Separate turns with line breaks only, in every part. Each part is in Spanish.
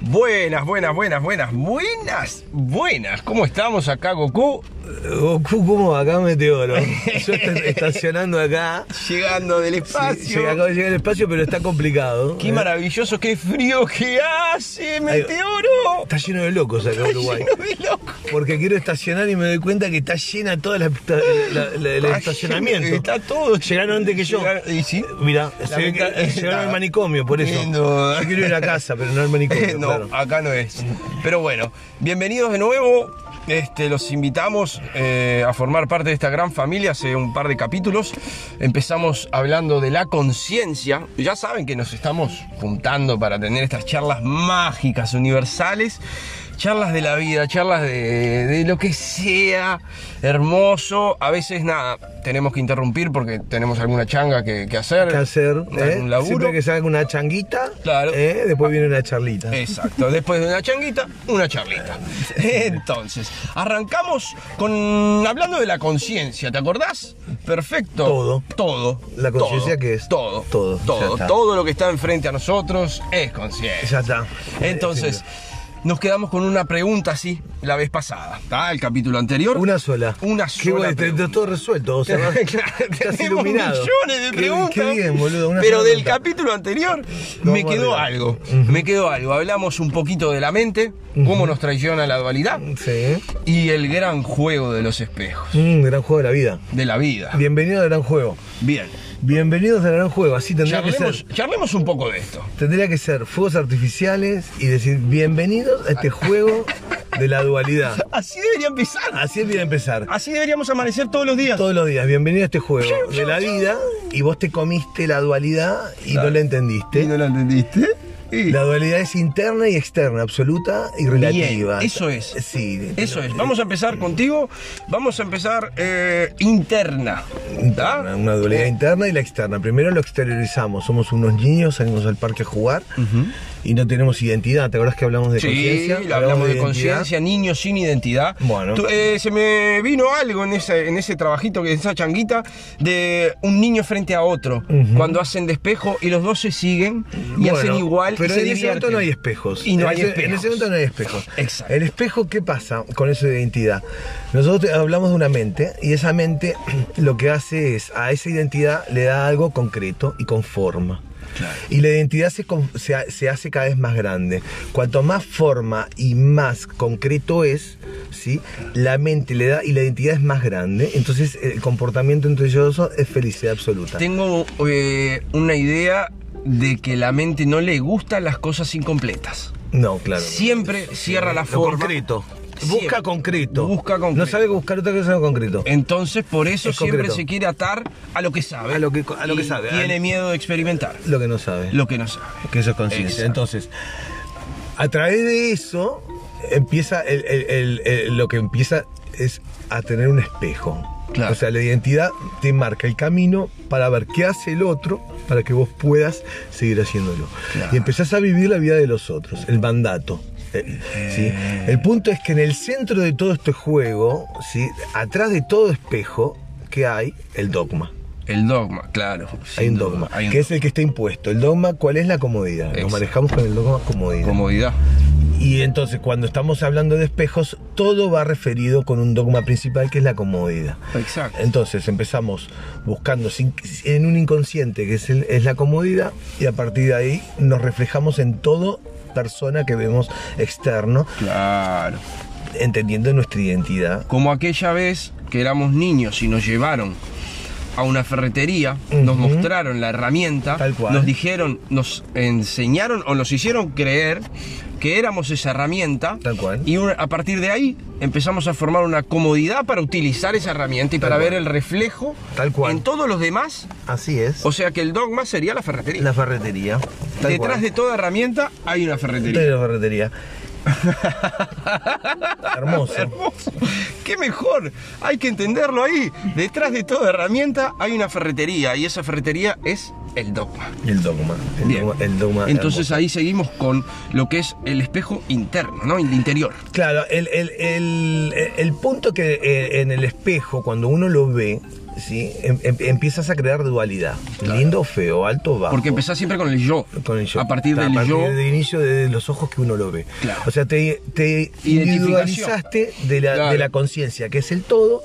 Buenas, buenas, buenas, buenas, buenas, buenas. ¿Cómo estamos acá, Goku?
Goku, ¿cómo acá meteoro? Yo estoy estacionando acá.
Llegando del espacio.
Sí, acabo de llegar al espacio, pero está complicado.
Qué
¿eh?
maravilloso, qué frío que hace, meteoro.
Está lleno de locos acá en Uruguay.
Lleno de loco.
Porque quiero estacionar y me doy cuenta que está llena toda la, la- la- la- el estacionamiento.
Está todo.
Llegaron antes que yo.
Llegaron- y sí.
Mirá,
La
se ve
mitad-
que llegaron al manicomio, por eso.
Lindo.
Yo quiero ir a casa, pero no al manicomio.
no,
claro.
acá no es. Pero bueno, bienvenidos de nuevo. Este, los invitamos eh, a formar parte de esta gran familia hace un par de capítulos. Empezamos hablando de la conciencia. Ya saben que nos estamos juntando para tener estas charlas mágicas, universales. Charlas de la vida, charlas de, de lo que sea, hermoso. A veces nada, tenemos que interrumpir porque tenemos alguna changa que, que hacer.
¿Qué hacer? ¿eh?
algún laburo.
Siempre que salga una changuita,
Claro. Eh.
¿eh? después viene una charlita.
Exacto, después de una changuita, una charlita. Entonces, arrancamos con hablando de la conciencia, ¿te acordás? Perfecto.
Todo.
Todo.
¿La conciencia
todo,
qué es?
Todo.
Todo, ya
Todo.
está.
Todo lo que está enfrente a nosotros es
Ya
conciencia.
está.
Entonces, nos quedamos con una pregunta así la vez pasada, ¿tá? El capítulo anterior.
Una sola.
Una
Qué
sola
bueno, te-
pregunta.
te- todo resuelto. O sea, vas-
Claro,
estás
tenemos
iluminado.
millones de
Qué-
preguntas.
Qué, bien, boludo. una
pero
sola
del
pregunta.
capítulo anterior
No,
me quedó
vale.
algo. Me quedó algo. Hablamos un poquito de la mente, cómo nos traiciona la dualidad
Sí.
y el gran juego de los espejos,
Mm, gran juego de la vida.
de la vida.
Bienvenido al gran juego.
Bien.
Bienvenidos al gran juego. Así tendría que ser.
Charlemos, charlemos un poco de esto.
Tendría que ser fuegos artificiales y decir bienvenidos a este juego de la dualidad.
Así debería empezar.
Así es bien empezar.
Así deberíamos amanecer todos los días.
Todos los días, bienvenido a este juego de la vida y vos te comiste la dualidad y no la entendiste.
lo entendiste? Sí.
La dualidad es interna y externa, absoluta y relativa.
eso es.
Sí.
Eso es. Vamos a empezar contigo. Vamos a empezar eh, interna. ¿tá?
Interna, una dualidad
Oh.
interna y la externa. Primero lo exteriorizamos. Somos unos niños, salimos al parque a jugar y no tenemos identidad. ¿Te acordás que hablamos de
Sí,
conciencia?
hablamos de,
identidad.
conciencia, niños sin identidad.
Bueno.
Tu- eh, se me vino algo en ese, en ese trabajito, en esa changuita, de un niño frente a otro, cuando hacen despejo y los dos se siguen y
Bueno,
hacen igual. y
Pero
se
en ese momento
divierten.
no hay espejos.
Y no
En
hay
ese-
espejos.
En ese momento no hay espejos.
Exacto.
El espejo, ¿qué pasa con esa identidad? Nosotros te- hablamos de una mente y esa mente lo que hace es a esa identidad le da algo concreto y con forma. Y la identidad se, con- se ha- se hace cada vez más grande. Cuanto más forma y más concreto es, ¿sí? la mente le da y la identidad es más grande. Entonces el comportamiento entre ellos dos es felicidad absoluta.
Tengo eh, una idea de que la mente no le gustan las cosas incompletas.
No, claro.
Siempre cierra la
Lo
forma.
concreto.
Siempre.
Busca concreto.
Busca concreto.
No sabe buscar otra cosa en concreto.
Entonces, por eso
Es
siempre
concreto.
se quiere atar a lo que sabe.
A lo que- a lo que
Y
sabe,
Tiene
al-
miedo de experimentar
Lo que no sabe.
lo que no sabe.
Que eso es conciencia.
Exacto.
Entonces, a través de eso, empieza el- el- el- el- lo que empieza es a tener un espejo.
Claro.
O sea, la identidad te marca el camino para ver qué hace el otro para que vos puedas seguir haciéndolo.
Claro.
Y empezás a vivir la vida de los otros, el mandato. Eh, ¿sí? El punto es que en el centro de todo este juego, ¿sí? atrás de todo espejo, que hay el dogma.
El dogma, claro.
Hay
sin
un
duda,
dogma,
hay un
que es el que está impuesto. El dogma, ¿cuál es la comodidad?
Exacto.
Nos manejamos con el dogma comodidad.
comodidad.
Y entonces, cuando estamos hablando de espejos, todo va referido con un dogma principal que es la comodidad.
Exacto.
Entonces empezamos buscando sin- en un inconsciente que es, el- es la comodidad y a partir de ahí nos reflejamos en todo persona que vemos externo,
Claro.
entendiendo nuestra identidad.
Como aquella vez que éramos niños y nos llevaron a una ferretería, nos
Ujú.
mostraron la herramienta,
Tal cual.
nos dijeron, nos enseñaron o nos hicieron creer que éramos esa herramienta.
Tal cual.
Y una- a partir de ahí empezamos a formar una comodidad para utilizar esa herramienta y para ver el reflejo
Tal cual.
en todos los demás.
Así es.
O sea que el dogma sería la ferretería.
La ferretería. Tal
Detrás
cual.
de toda herramienta hay una ferretería.
Estoy en la ferretería. Hermoso.
Hermoso. ¡Qué mejor! Hay que entenderlo ahí. Detrás de toda herramienta hay una ferretería y esa ferretería es el dogma.
Y el dogma. El
Bien.
dogma. el dogma
Entonces
hermoso.
ahí seguimos con lo que es el espejo interno, ¿no? El interior.
Claro, el, el- el- el punto que eh, en el espejo, cuando uno lo ve, ¿sí? Em- em- empiezas a crear dualidad. Lindo, feo, alto, bajo.
Porque empezás siempre con el yo.
con el yo.
A partir
A
del yo.
del inicio de los ojos que uno lo ve.
Claro.
O sea, te, te
Identificación.
individualizaste de la,
Claro.
de la conciencia, que es el todo.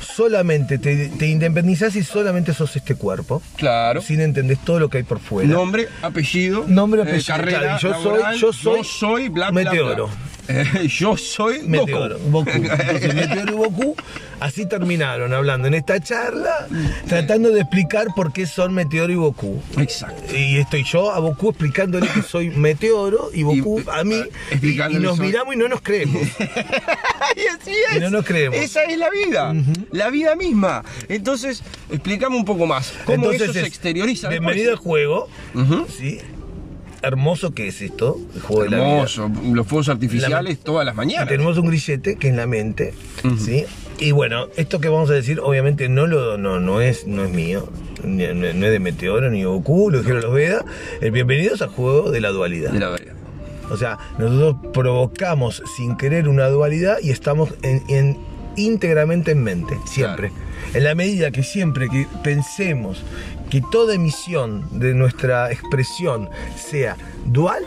Solamente te, te independizás y solamente sos este cuerpo.
Claro.
Sin entender todo lo que hay por fuera.
Nombre, apellido.
Nombre,
eh,
apellido,
carrera,
claro, yo soy-
laboral,
yo soy
bla, bla, bla.
meteoro.
Eh, yo soy Goku.
Meteoro, Goku. Entonces, Meteoro y Goku, así terminaron hablando en esta charla, tratando de explicar por qué son Meteoro y Goku.
Exacto.
Y estoy yo a Goku explicándole que soy Meteoro y Goku
Y- eh,
a mí. Y,
explicándole
nos
soy-
miramos y no nos creemos.
y así es.
Y no nos creemos.
Esa es la vida, la vida misma. Entonces, explícame un poco más. ¿Cómo
Entonces
eso se
es,
exterioriza?
Bienvenido al
después?
juego.
Ujú.
¿sí? Hermoso que es esto, el juego de la vida.
Hermoso, los fuegos artificiales todas las mañanas.
Tenemos un grillete que es la mente, ¿sí? Y bueno, esto que vamos a decir, obviamente no lo no, no es no es mío, ni- no, no es de Meteoro ni Goku, lo dijeron los Vedas. El bienvenidos al juego de la dualidad.
De la verga.
O sea, nosotros provocamos sin querer una dualidad y estamos en, en- íntegramente en mente, siempre. En la medida que siempre que pensemos que toda emisión de nuestra expresión sea dual,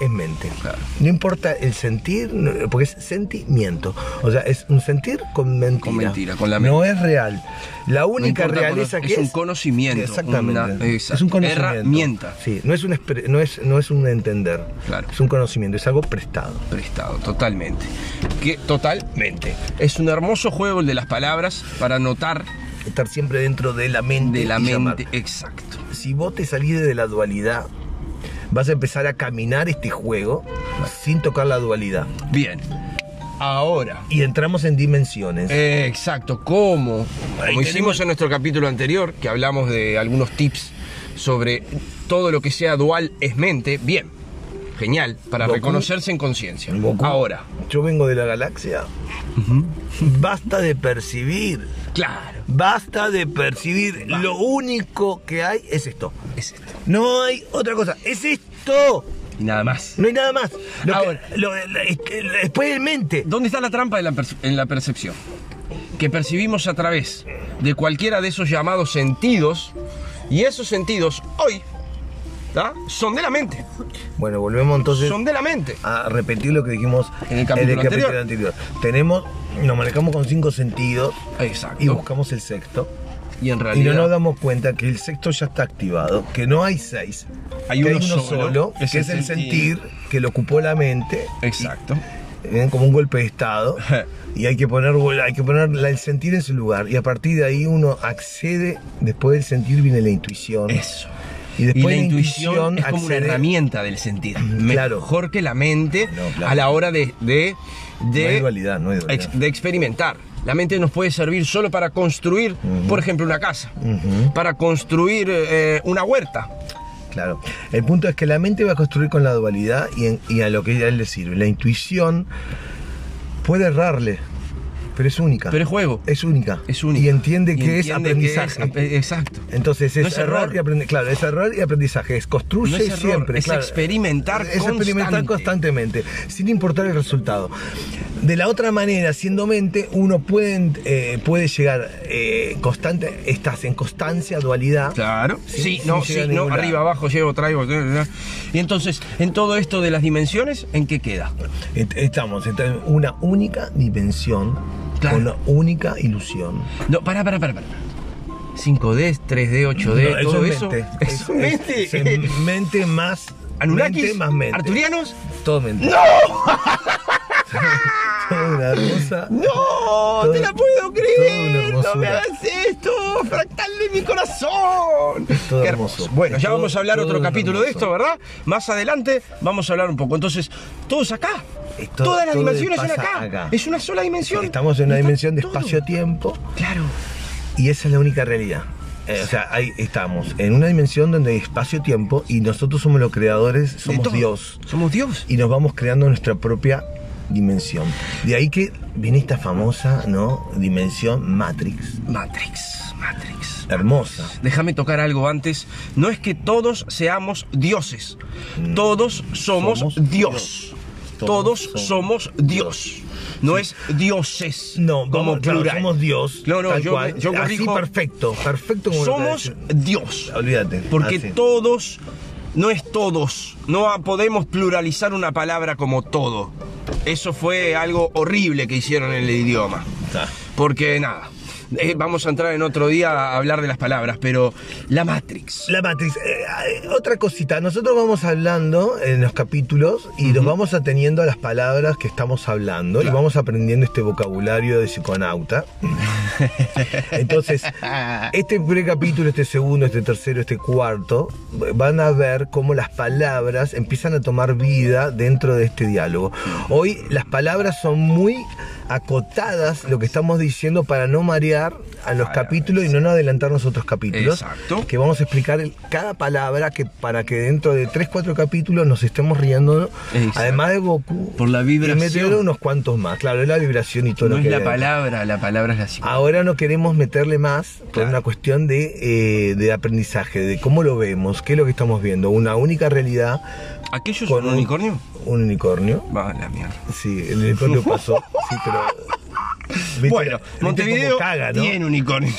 es mente.
Claro.
No importa el sentir, no- porque es sentimiento. O sea, es un sentir con mentira.
Con mentira, con la mente.
No es real. La única
importa
realeza
cono-
que
es
es.
un conocimiento,
Exactamente.
una- exacto,
es un conocimiento.
herramienta.
Sí, no es un, expre- no es, no es un entender.
Claro.
Es un conocimiento, es algo prestado.
prestado, totalmente. Que totalmente. Es un hermoso juego el de las palabras para notar
Estar siempre dentro de la mente.
de la
y llamar.
mente. Exacto.
Si vos te salís de la dualidad, vas a empezar a caminar este juego sin tocar la dualidad.
Bien. Ahora.
Y entramos en dimensiones.
eh, exacto, ¿cómo?
Ahí
Como hicimos
tenemos-
en nuestro capítulo anterior, que hablamos de algunos tips sobre todo lo que sea dual es mente. Bien. Genial. Para
Goku.
reconocerse en conciencia.
Goku,
Ahora.
Yo vengo de la galaxia. Basta de percibir.
Claro.
Basta de percibir. Lo único que hay es esto.
Es esto.
No hay otra cosa. Es esto.
Y nada más.
No hay nada más. Lo que-
Ahora.
lo- lo- es que- después del mente.
¿Dónde está la trampa de la perce- en la percepción? Que percibimos a través de cualquiera de esos llamados sentidos, y esos sentidos hoy ¿tá? son de la mente,
Bueno, volvemos entonces
son de la mente.
a repetir lo que dijimos
En el capítulo anterior.
anterior. Tenemos, nos manejamos con cinco sentidos
Exacto.
y buscamos el sexto.
Y en
Y no
realidad
nos damos cuenta que el sexto ya está activado, que no hay seis,
Hay
que
uno
hay
solo,
uno solo,
es
que
el
es el
sentir.
sentir, que lo ocupó la mente,
Exacto.
eh, como un golpe de estado, y hay que poner, hay que poner la- el sentir en su lugar, y a partir de ahí uno accede, después del sentir viene la intuición,
Eso.
y
Y
después
la
de
intuición, es como una
accede- Mm,
herramienta del sentir.
Claro.
Mejor que la mente
No, claro.
a la hora de, de, de-
No hay dualidad, no hay dualidad.
ex- de experimentar. La mente nos puede servir solo para construir, por ejemplo, una casa, para construir eh, una huerta.
Claro. El punto es que la mente va a construir con la dualidad y, en- y a lo que a él le sirve. La intuición puede errarle, pero es única.
Pero es juego.
es única.
Es único.
Y entiende que es
entiende que
aprendizaje.
ape- exacto.
Entonces es,
No es
error.
error.
y aprendizaje. Claro, es error y aprendizaje. Es construye
No es error,
siempre.
es
claro.
experimentar
Es experimentar
constante.
constantemente, sin importar el resultado. De la otra manera, siendo mente, uno puede, eh, puede llegar eh, constante, estás en constancia, dualidad.
Claro. Sí,
Sí,
no,
no
sí,
llega a
no,
ningún lado.
arriba, abajo, llevo, traigo. bla, bla, bla. Y entonces, en todo esto de las dimensiones, ¿en qué queda?
Est- Estamos en una única dimensión,
Claro.
con una única ilusión.
No, pará, pará, pará. pará. 5D, 3D, 8D,
No,
todo
es
eso.
mente.
Es un mente.
es- es mente más.
Anunnakis,
Mente más mente.
arturianos.
Todo mente. ¡No! Toda una hermosa.
¡No!
Todo-
¡Te la puedo
toda una
creer! ¡No
hermosura.
me hagas esto! ¡Fractal de mi corazón!
todo
Qué
hermoso.
Bueno, ya
Todo-
vamos a hablar
todo
otro
es
capítulo de
hermoso.
esto, ¿verdad? Más adelante vamos a hablar un poco. Entonces, todos acá.
Es todo-
Todas las
todo
dimensiones son
pasa
acá.
acá.
Es una sola dimensión.
Estamos en una
Está
dimensión de
todo.
espacio-tiempo
Claro.
y esa es la única realidad. Eh, o sea, ahí estamos, en una dimensión donde hay espacio-tiempo y nosotros somos los creadores,
De
somos
todo.
Dios.
Somos Dios.
y nos vamos creando nuestra propia dimensión. De ahí que viene esta famosa, ¿no? Dimensión Matrix.
Matrix. Matrix.
Hermosa.
Déjame tocar algo antes. No es que todos seamos dioses. Todos somos,
Somos
Dios. todos, somos Dios. No es dioses.
No,
como
como claro,
plural.
somos Dios.
No, no,
tal
yo-
cual.
yo
Así,
corrijo-
perfecto, perfecto como lo
Somos
está diciendo.
Dios.
Olvídate.
Porque
así.
todos, no es todos, no a- podemos pluralizar una palabra como todo. Eso fue algo horrible que hicieron en el idioma.
Ah.
Porque nada, eh, vamos a entrar en otro día a hablar de las palabras, pero la Matrix.
La matriz. eh, eh, otra cosita, nosotros vamos hablando en los capítulos y nos vamos ateniendo a las palabras que estamos hablando y vamos aprendiendo este vocabulario de psiconauta. Entonces, este primer capítulo, este segundo, este tercero, este cuarto, van a ver cómo las palabras empiezan a tomar vida dentro de este diálogo. Hoy las palabras son muy acotadas, lo que estamos diciendo, para no marear a los
Palabras.
capítulos y no no adelantarnos a otros capítulos.
Exacto.
Que vamos a explicar el- cada palabra que para que dentro de 3, 4 capítulos nos estemos riendo.
Exacto.
Además de Goku.
Por la vibración.
Y meterle unos cuantos más. Claro, es la vibración y todo
No
lo
es
que
la
hay dentro.
palabra, la palabra es la psicología.
Ahora no queremos meterle más por
Claro.
una cuestión de, eh, de aprendizaje, de cómo lo vemos, qué es lo que estamos viendo. Una única realidad.
¿Aquello es
con
un unicornio?
Un unicornio.
Va, la mierda.
Sí, el unicornio pasó. Sí, pero. ¿viste?
Bueno,
¿Viste cómo
Montevideo
caga, ¿no?
tiene unicornios.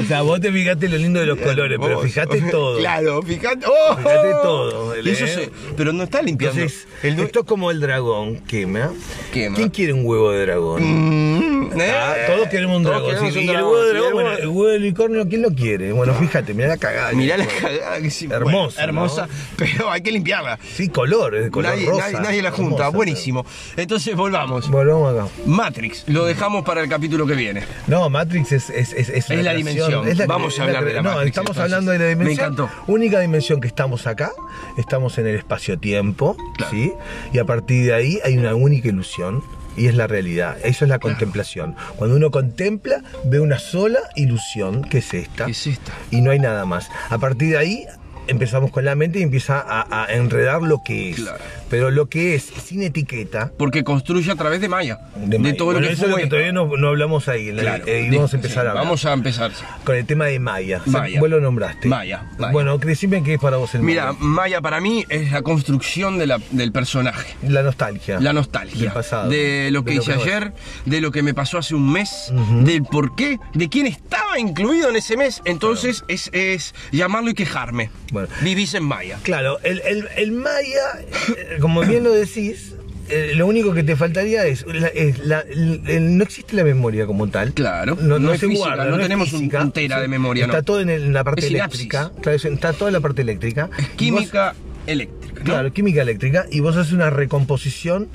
O sea, vos te fijaste lo lindo de los colores, pero
Eh, Vos.
fijate todo.
Claro, fijate. ¡Oh!
Fijate todo,
Y eso
¿eh?
se- pero no está limpiando.
Entonces, eh,
El du-
esto es como el dragón quema.
Quema.
¿Quién quiere un huevo de dragón?
Mm, eh.
Ah, todos queremos un
Todos
dragón.
queremos
Sí,
un
y el
dragón,
huevo de
y el
dragón,
huevo-
bueno, el huevo de unicornio, ¿quién lo quiere? Bueno, fíjate, mirá la cagada.
Mirá la cagada que sí.
Hermosa,
bueno,
¿no?
hermosa, pero hay que limpiarla.
Sí, color, es de color
nadie,
rosa.
nadie- nadie la junta.
Hermosa,
Buenísimo. Entonces volvamos.
pero- Volvamos acá.
Matrix, lo dejamos para el capítulo que viene.
No, Matrix es, es, es,
Es
una
la
creación,
dimensión.
es la-
Vamos a
es la
hablar de la
cre- No,
Matrix,
estamos
entonces.
hablando de la
Me
dimensión.
encantó.
Única dimensión que estamos acá, estamos en el espacio-tiempo,
Claro.
¿sí? Y a partir de ahí hay una única ilusión y es la realidad. Eso es la contemplación. Cuando uno contempla, ve una sola ilusión, que es esta,
¿Qué es esta?
y no hay nada más. A partir de ahí empezamos con la mente y empieza a, a enredar lo que es.
Claro.
Pero lo que es, sin etiqueta,
Porque construye a través de Maya. De,
Maya.
todo lo
Bueno,
que
eso
fue.
es lo que todavía no, no hablamos ahí. ¿no?
Claro.
Eh, y vamos
Sí,
a empezar a hablar.
Vamos a empezar. sí.
Con el tema de Maya. O sea,
Maya.
vos lo nombraste.
Maya, Maya.
Bueno, decime qué es para vos el
Mira,
Maya.
Maya para mí es la construcción de la- del personaje.
La nostalgia.
La nostalgia.
Del pasado.
De lo que
De
hice
no es.
ayer, de lo que me pasó hace un mes, del por qué, de quién estaba incluido en ese mes. Entonces es, es llamarlo y quejarme.
Bueno.
Vivís en Maya.
Claro, el, el- el Maya, eh, como bien lo decís, eh, lo único que te faltaría es. la- es la- el- el- no existe la memoria como tal.
Claro.
No, no,
No es
se
física,
guarda.
no
es
tenemos un-
física.
un tera de memoria,
Está
no.
todo en, el- en la parte
Es sinapsis.
eléctrica. Claro, es- está toda la parte eléctrica.
Es
Y vos-
química eléctrica. ¿no?
Claro, química eléctrica. Y vos haces una recomposición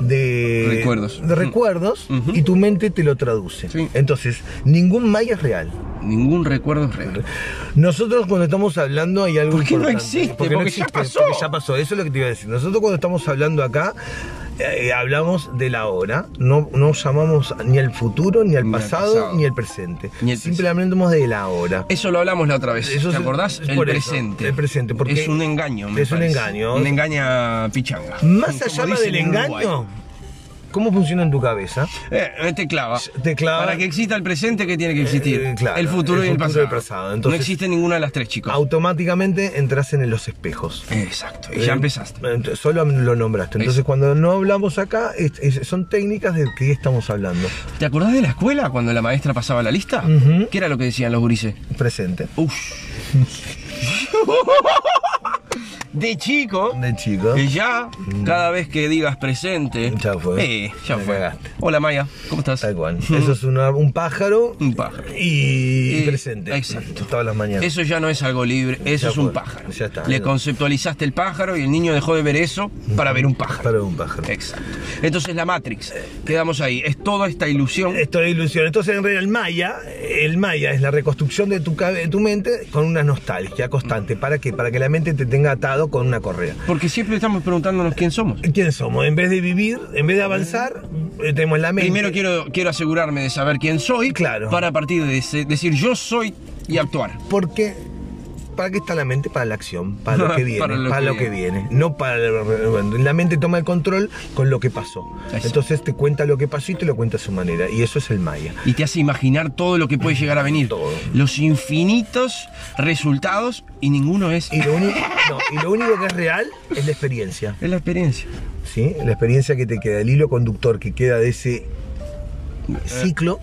de
Recuerdos.
de recuerdos
Ujú.
y tu mente te lo traduce.
Sí.
Entonces, ningún maya es real.
Ningún recuerdo es real.
Nosotros cuando estamos hablando hay algo
Porque no
importante.
existe, porque ya pasó.
porque ya pasó. Eso es lo que te iba a decir. Nosotros cuando estamos hablando acá eh, hablamos de la hora, no, no llamamos ni al futuro, ni al
Ni al
pasado,
pasado.
ni al presente.
Ni el
Simplemente hablamos de la hora.
Eso lo hablamos la otra vez.
Eso
¿Te
es-
acordás?
es
El
por eso,
presente.
el presente, porque
es un engaño. me
es un
parece.
engaño.
Un engaña pichanga.
Más
Como
allá
dicen
del
en
engaño,
Uruguay.
¿cómo funciona en tu cabeza?
Eh, te clava.
Te clava.
Para que exista el presente, ¿qué tiene que existir?
Eh, claro,
el futuro
el
y el
futuro
pasado.
y el pasado. Entonces-
no existe ninguna de las tres, chicos.
Automáticamente entras en los espejos.
Exacto. Y ya
Eh,
empezaste.
ent- Solo lo nombraste. Entonces,
Eso.
cuando no hablamos acá, es- es- son técnicas de que estamos hablando.
¿Te acordás de la escuela cuando la maestra pasaba la lista?
Ujú.
¿Qué era lo que decían los gurises?
Presente.
Ush. De chico.
De chico.
Que ya, cada vez que digas presente.
Mm. Ya fue.
Eh, ya
Me
fue.
cagaste.
Hola Maya, ¿cómo estás?
Tal cual. Eso es una- un pájaro.
Un pájaro.
Y, y
Eh,
presente.
exacto.
Todas las mañanas.
Eso ya no es algo libre, eso
Ya
es un
fue,
pájaro.
ya está.
Le conceptualizaste el pájaro y el niño dejó de ver eso para ver un pájaro. Eh.
Para un pájaro.
Exacto. Entonces la Matrix, quedamos ahí, es toda esta ilusión.
Esto es ilusión. Entonces, en realidad, el maya, el maya es la reconstrucción de tu, cabe- de tu mente con una nostalgia constante.
Mm.
¿Para qué? Para que la mente te tenga atado con una correa.
Porque siempre estamos preguntándonos quién somos.
¿Quién somos? En vez de vivir, en vez de avanzar, eh, tenemos la mente.
Mm. Primero quiero, quiero asegurarme de saber quién soy
Claro.
para a partir de ese- decir yo soy y actuar.
Porque ¿para qué está la mente? Para la acción, para lo que viene,
Para
para
lo
lo,
que
que, viene. No para bueno, la mente toma el control con lo que pasó.
Exacto.
Entonces te cuenta lo que pasó y te lo cuenta a su manera. Y eso es el maya.
y te hace imaginar todo lo que puede llegar a venir.
Todo.
Los infinitos resultados y ninguno es.
Y lo, uni- no, y lo único que es real es la experiencia.
Es la experiencia.
¿sí? La experiencia que te queda, el hilo conductor que queda de ese ciclo,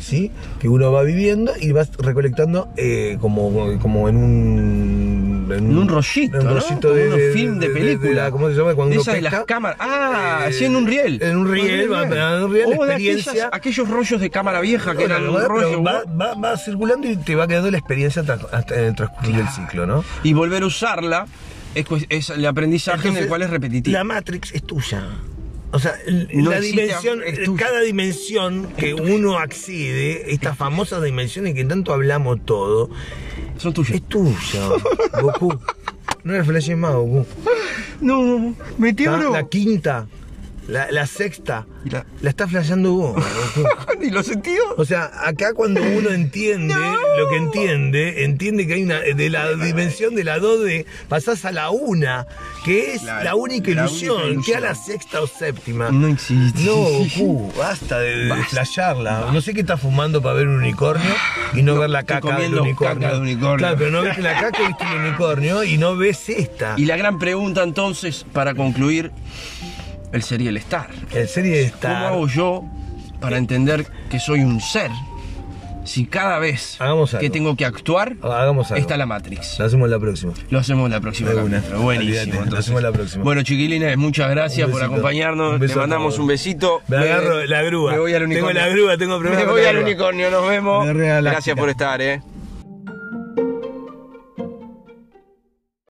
¿sí? Que uno va viviendo y vas recolectando eh, como, como en un...
En un rollito,
en un
¿no?
rollito
Como
de,
unos
de-
film de
de- de-
película.
la- ¿Cómo se llama? Cuando
De
uno
esas de las
pesca.
cámaras. Ah,
Eh,
así en un riel.
En un riel, va, va en un riel, la
O de
experiencia...
aquellas- aquellos rollos de cámara vieja que eran un
va,
rollo.
va, va- va circulando y te va quedando la experiencia tra- hasta en el transcurso del ciclo, ¿no?
Y volver a usarla es, cues- es el aprendizaje en el
Entonces,
cual es repetitivo.
La Matrix es tuya. O sea, l-
No
la
existe,
dimensión,
es tuya.
cada dimensión que uno accede, estas famosas dimensiones que tanto hablamos todo,
Son tuyos.
es tuya, Goku. No reflejes más, Goku.
No,
¿Está?
meteoro.
La quinta, la, la sexta,
Y la-
la estás flasheando vos, Goku.
Ni los sentidos.
O sea, acá cuando uno entiende lo que entiende, entiende que hay una. De la dimensión de la 2D, pasás a la 1, que es
La-
la, única
la
ilusión,
única
que a
ilusión.
la sexta o séptima.
No existe.
No, Goku, basta de, de flashearla. No sé qué estás fumando para ver un unicornio y no, ver la
estoy
caca del
comiendo
unicornio.
caca de unicornio.
Claro, pero no ves la caca, viste el unicornio y no ves esta.
Y la gran pregunta entonces, para concluir, el serial estar.
El serie
¿Cómo
está.
hago yo para
Eh.
entender que soy un ser? Si cada vez
Hagamos
que
algo.
tengo que actuar,
Hagamos algo.
está la Matrix.
Lo hacemos la próxima.
Lo hacemos la próxima.
De una.
capítulo. Buenísimo.
Olvídate, lo
entonces.
hacemos la próxima.
Bueno, chiquilines, muchas gracias
Un
por
besito.
acompañarnos.
Un
Le
beso a
mandamos
todos.
un besito.
Me agarro la grúa.
Me voy al
Tengo
unicornio.
la grúa, tengo
Me
problema con
voy
la
al
grúa.
unicornio, nos vemos.
Me agarré la
Gracias
láctica.
por estar, eh.